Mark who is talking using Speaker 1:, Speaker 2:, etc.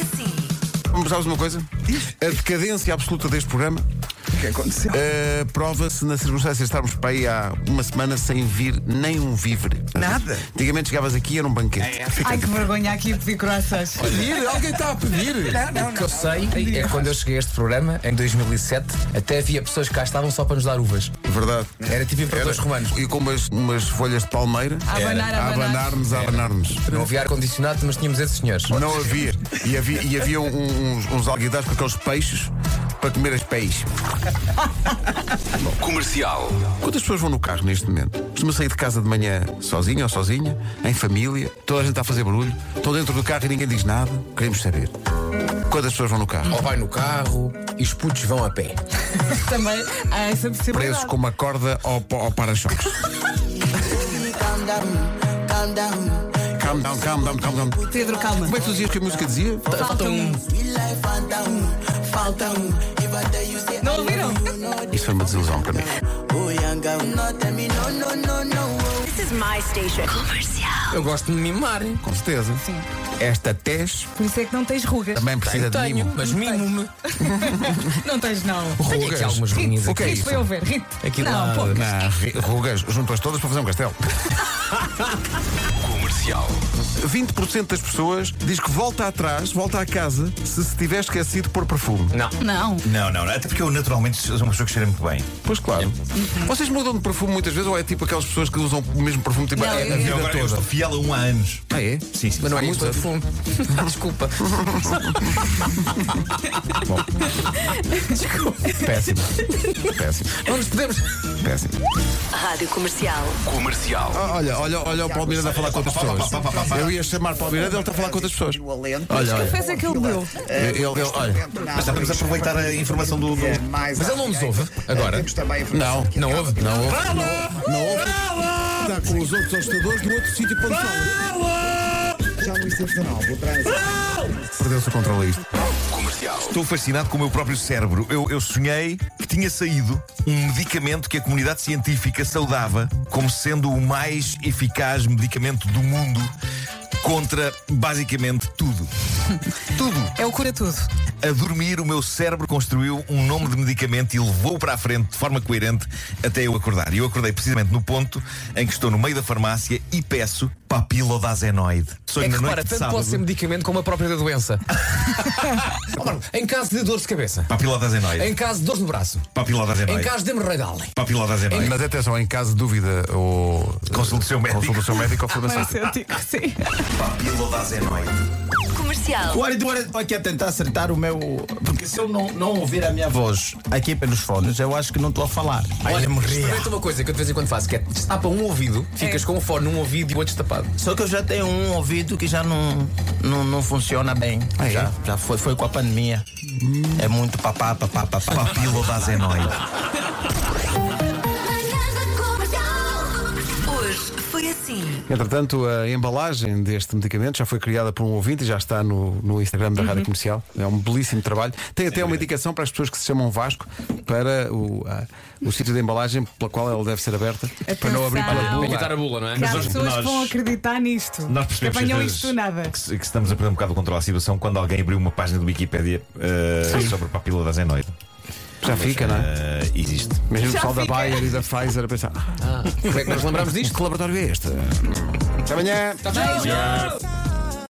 Speaker 1: assim.
Speaker 2: mas sabes uma coisa? A decadência absoluta deste programa
Speaker 3: O que aconteceu?
Speaker 2: eh, prova-se na circunstância de estarmos para aí há uma semana sem vir nem um vivre.
Speaker 3: Nada. É,
Speaker 2: Antigamente chegavas aqui e era um banquete.
Speaker 4: Ai, que vergonha aqui a pedir croissants.
Speaker 5: Pedir? Alguém está a pedir?
Speaker 3: não,
Speaker 5: o que eu sei é quando eu cheguei a este programa, em 2007, até havia pessoas que cá estavam só para nos dar uvas.
Speaker 3: é.
Speaker 2: Verdade.
Speaker 5: Era tipo imperadores romanos.
Speaker 2: E com umas, umas folhas de palmeira.
Speaker 4: A abanar, a
Speaker 2: A
Speaker 4: abanar.
Speaker 2: abanar-nos, a abanar-nos.
Speaker 5: Não havia ar-condicionado, mas tínhamos esses senhores.
Speaker 2: Não havia. E havia, e havia um- uns, uns alguidares com aqueles peixes para comer as peixes.
Speaker 6: Comercial.
Speaker 2: Quantas pessoas vão no carro neste momento? Costuma sair de casa de manhã sozinha ou sozinha, em família, toda a gente está a fazer barulho, estão dentro do carro e ninguém diz nada. Queremos saber. Quantas pessoas vão no carro?
Speaker 5: Ou vai no carro e os putos vão a pé.
Speaker 4: Também há essa
Speaker 2: Presos
Speaker 4: possibilidade.
Speaker 2: com uma corda ao, po- ao para-choques. calm down, calm down, calm down. Como
Speaker 4: Pedro, calma.
Speaker 2: é que tu dizias que a música dizia?
Speaker 4: Falta um. Não ouviram?
Speaker 2: Isso foi uma desilusão para mim.
Speaker 1: This is my station. Comercial.
Speaker 5: Eu gosto de me mimar. hein?
Speaker 2: Com certeza. Esta Tess
Speaker 4: Por isso é que não tens rugas. Então,
Speaker 2: também precisa de
Speaker 5: Tenho,
Speaker 2: mimo.
Speaker 5: mas mimo-me.
Speaker 4: Não tens, não.
Speaker 5: Tenho aqui algumas linhas
Speaker 4: Rito,
Speaker 2: O que é
Speaker 4: isto
Speaker 2: isso?
Speaker 4: foi eu ver. Rito.
Speaker 5: Aqui
Speaker 4: não,
Speaker 5: nada.
Speaker 4: pô.
Speaker 2: Na ri- rugas, juntas todas para fazer um castelo.
Speaker 6: Comercial.
Speaker 2: 20% das pessoas diz que volta atrás, volta à casa, se se tiver esquecido de pôr perfume.
Speaker 4: Não.
Speaker 7: Não, não, não. até porque eu naturalmente sou uma pessoa que cheira muito bem.
Speaker 2: Pois claro. Vocês mudam de perfume muitas vezes ou é tipo aquelas pessoas que usam o mesmo perfume tipo,
Speaker 4: Não,
Speaker 2: é,
Speaker 4: eu-
Speaker 2: na
Speaker 4: eu
Speaker 2: vida
Speaker 7: Eu agora eu
Speaker 2: toda?
Speaker 7: estou fiel a um há anos.
Speaker 2: Ah, é?
Speaker 7: Sim, sim.
Speaker 5: Mas não é
Speaker 7: sim.
Speaker 5: isso, perfume. Desculpa.
Speaker 2: Péssimo. Péssimo.
Speaker 5: Não nos podemos.
Speaker 2: Péssimo.
Speaker 1: Rádio Comercial.
Speaker 6: Comercial.
Speaker 2: Ah, Olha, olha, olha o Paulo Miranda a falar com outras pessoas. Eu ia chamar Paulo Miranda, ele está a falar com outras pessoas. Olha, olha.
Speaker 4: Fez aquele meu.
Speaker 2: Ele, ele, olha.
Speaker 7: Mas já estamos a aproveitar a informação do. do-
Speaker 8: É.
Speaker 5: Mas ele não nos ouve agora.
Speaker 2: Não,
Speaker 5: Não ouve? Não ouve.
Speaker 2: não ouve. Está com os outros hostadores no outro sítio para onde fala. Perdeu-se o controle a isto.
Speaker 6: Comercial.
Speaker 7: Estou fascinado com o meu próprio cérebro. Eu, eu sonhei que tinha saído um medicamento que a comunidade científica saudava como sendo o mais eficaz medicamento do mundo contra basicamente tudo. tudo.
Speaker 4: É o cura tudo.
Speaker 7: A dormir, o meu cérebro construiu um nome de medicamento e levou para a frente de forma coerente até eu acordar. E eu acordei precisamente no ponto em que estou no meio da farmácia e peço papilodazenoide. Sonho
Speaker 5: É que
Speaker 7: na
Speaker 5: repara,
Speaker 7: noite de
Speaker 5: tanto pode ser
Speaker 7: sábado.
Speaker 5: medicamento como a própria da doença. em caso de dores de cabeça.
Speaker 7: Papilodazenoide.
Speaker 5: Em caso de dores no braço. Em
Speaker 7: Papilodazenoide.
Speaker 5: caso de hemorroidal.
Speaker 7: Papilodazenoide.
Speaker 2: Mas atenção, em caso de dúvida ou.
Speaker 7: Consulte o seu médico.
Speaker 2: Consulte o seu médico ou farmacêutico.
Speaker 4: Farmacêutico, sim.
Speaker 7: Papilodazenoide.
Speaker 1: Comercial.
Speaker 8: O Ari Duarte está aqui a tentar acertar o meu. Porque se eu não, não ouvir a minha voz aqui pelos fones, eu acho que não estou a falar. Ai,
Speaker 5: Olha,
Speaker 8: eu morria.
Speaker 5: experimenta uma coisa que eu de vez em quando faço, que é destapa um ouvido, ficas com um fone num ouvido e o outro destapado.
Speaker 8: Só que eu já tenho um ouvido que já não, não, não funciona bem.
Speaker 2: Ah, é?
Speaker 8: já já foi, foi com a pandemia. É muito papá, papá, papá.
Speaker 7: Papilodazenoide.
Speaker 1: Hoje foi assim.
Speaker 2: Entretanto, a embalagem deste medicamento já foi criada por um ouvinte e já está no, no Instagram da Rádio Comercial. É um belíssimo trabalho. Tem até uma indicação para as pessoas que se chamam Vasco para o, ah, o sítio da embalagem pela qual ela deve ser aberta para não abrir pela
Speaker 4: Atenção.
Speaker 2: bula.
Speaker 5: Evitar a bula, não é?
Speaker 4: Que há
Speaker 7: hoje
Speaker 4: pessoas que
Speaker 7: nós-
Speaker 4: vão acreditar nisto.
Speaker 7: Nós percebemos
Speaker 4: que apanham
Speaker 7: certas-
Speaker 4: isto do nada.
Speaker 7: Que, se- que estamos a perder um bocado o controle da situação quando alguém abriu uma página do Wikipédia eh, sobre papila da zenoide.
Speaker 2: Já fica, não é?
Speaker 7: Eh, existe.
Speaker 2: Imagina o
Speaker 4: Já
Speaker 2: pessoal da
Speaker 4: fica.
Speaker 2: Bayer e da Pfizer a pensar: "Ah,
Speaker 5: Como é que nós lembramos disto?
Speaker 2: que laboratório é este? Até amanhã!
Speaker 5: Tchau, tchau.